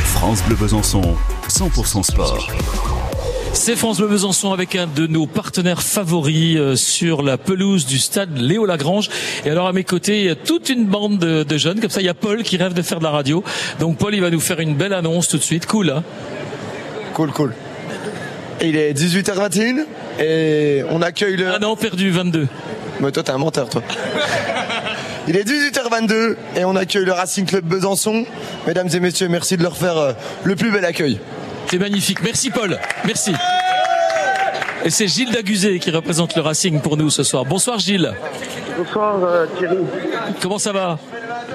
France Bleu Besançon, 100% sport. C'est France Bleu Besançon avec un de nos partenaires favoris euh, sur la pelouse du stade Léo Lagrange. Et alors à mes côtés, il y a toute une bande de, de jeunes. Comme ça, il y a Paul qui rêve de faire de la radio. Donc Paul, il va nous faire une belle annonce tout de suite. Cool, hein Cool, cool. Il est 18h21 et on accueille le. Un an perdu, 22. Mais toi, t'es un menteur, toi. Il est 18h22 et on accueille le Racing Club Besançon. Mesdames et messieurs, merci de leur faire euh, le plus bel accueil. C'est magnifique. Merci Paul. Merci. Et c'est Gilles Daguzé qui représente le Racing pour nous ce soir. Bonsoir Gilles. Bonsoir euh, Thierry. Comment ça va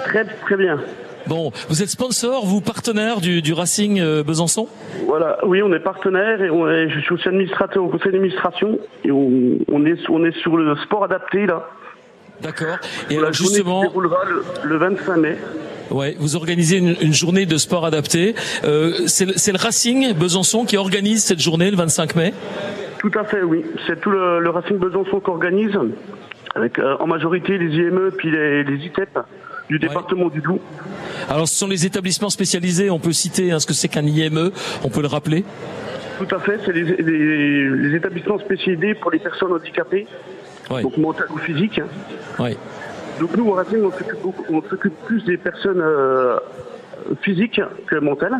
Très très bien. Bon, vous êtes sponsor, vous partenaire du, du Racing euh, Besançon Voilà, oui, on est partenaire et on est- je suis aussi administrateur au conseil d'administration et on, on est on est sur le sport adapté là. D'accord. Et Pour la alors journée justement, qui se déroulera le, le 25 mai. ouais, vous organisez une, une journée de sport adapté. Euh, c'est le c'est le Racing Besançon qui organise cette journée le 25 mai. Tout à fait, oui. C'est tout le, le Racing Besançon qu'organise avec euh, en majorité les IME puis les, les ITEP du département du Doubs. Alors ce sont les établissements spécialisés, on peut citer hein, ce que c'est qu'un IME, on peut le rappeler. Tout à fait, c'est les, les- les établissements spécialisés pour les personnes handicapées, Ouais, donc mentales ou physiques. hein. ouais. Donc nous, au Racing, on s'occupe beaucoup- on s'occupe plus des personnes euh, physiques que mentales.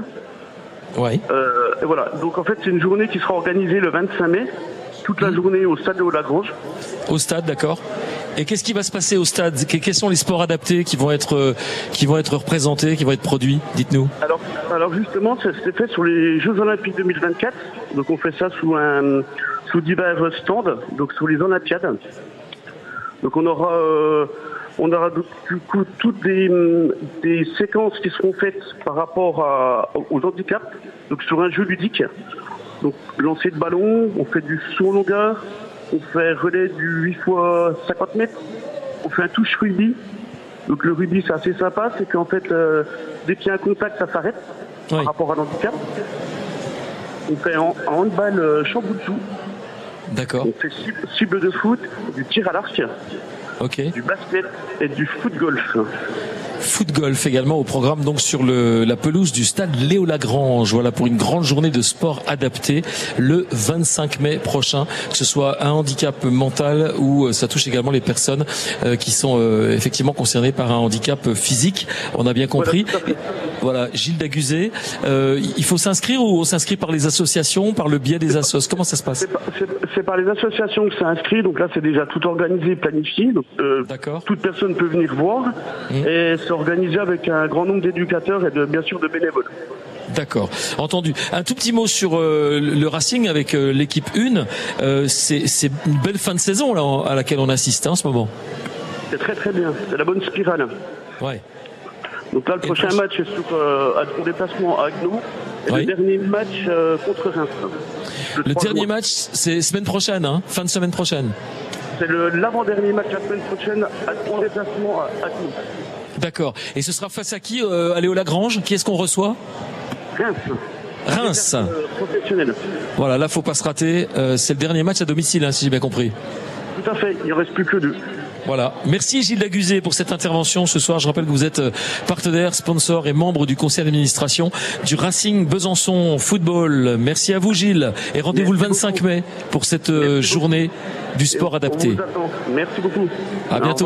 ouais. Euh, et voilà. Donc en fait, c'est une journée qui sera organisée le 25 mai, toute la journée au stade de Haut-Lagrange. Au stade, d'accord. Et qu'est-ce qui va se passer au stade Que- Quels sont les sports adaptés qui vont être euh, qui vont être représentés, qui vont être produits Dites-nous. Alors, alors justement, ça s'est fait sur les Jeux Olympiques 2024. Donc on fait ça sous un sous divers stands, donc sous les Olympiades. Donc on aura euh, on aura donc, du coup toutes des, hum, des séquences qui seront faites par rapport à, aux handicaps, donc sur un jeu ludique. Donc lancer de ballon, on fait du saut en longueur, on fait relais du 8 x 50 mètres, on fait un touche rugby. Donc le rugby c'est assez sympa, c'est qu'en fait euh, dès qu'il y a un contact ça s'arrête Oui. par rapport à l'handicap. On fait un un handball euh, chamboutsu, D'accord. on fait cible- cible de foot, du tir à l'arc, Ok. du basket et du foot golf. Foot golf également au programme donc sur le, la pelouse du stade Léo Lagrange. Voilà pour une grande journée de sport adapté le 25 mai prochain. Que ce soit un handicap mental ou euh, ça touche également les personnes euh, qui sont euh, effectivement concernées par un handicap physique. On a bien compris. tout à fait. Voilà, Gilles Daguzé. Euh, il faut s'inscrire ou on s'inscrit par les associations, par le biais des assos Comment ça se passe C'est par, c'est- c'est par les associations que c'est inscrit, donc là c'est déjà tout organisé, planifié. Donc, euh, D'accord. Mmh. toute personne peut venir voir et c'est organisé avec un grand nombre d'éducateurs et de, bien sûr de bénévoles. D'accord, entendu. Un tout petit mot sur euh, le Racing avec euh, l'équipe 1. Euh, c'est c'est une belle fin de saison là, en- à laquelle on assiste hein, en ce moment. C'est très très bien, c'est la bonne spirale. Ouais. Donc là le Et prochain donc- match est sur euh, à- en déplacement à Agno et Oui. le dernier match euh, contre Reims. Le 3 dernier juin. match, c'est semaine prochaine, hein, fin de semaine prochaine. C'est le- l'avant-dernier match la semaine prochaine à- en déplacement à Agno. D'accord. Et ce sera face à qui euh, à Léo Lagrange Qui est-ce qu'on reçoit Reims. Reims. Euh, professionnel. Voilà, là faut pas se rater. Euh, c'est le dernier match à domicile, hein, si j'ai bien compris. Tout à fait, il ne reste plus que deux. Voilà. Merci Gilles Laguzé pour cette intervention ce soir. Je rappelle que vous êtes euh, partenaire, sponsor et membre du conseil d'administration du Racing Besançon Football. Merci à vous Gilles et rendez-vous le Merci 25 mai pour cette euh, Merci beaucoup. journée du sport On adapté. vous attend. Merci beaucoup. À Au bientôt. revoir.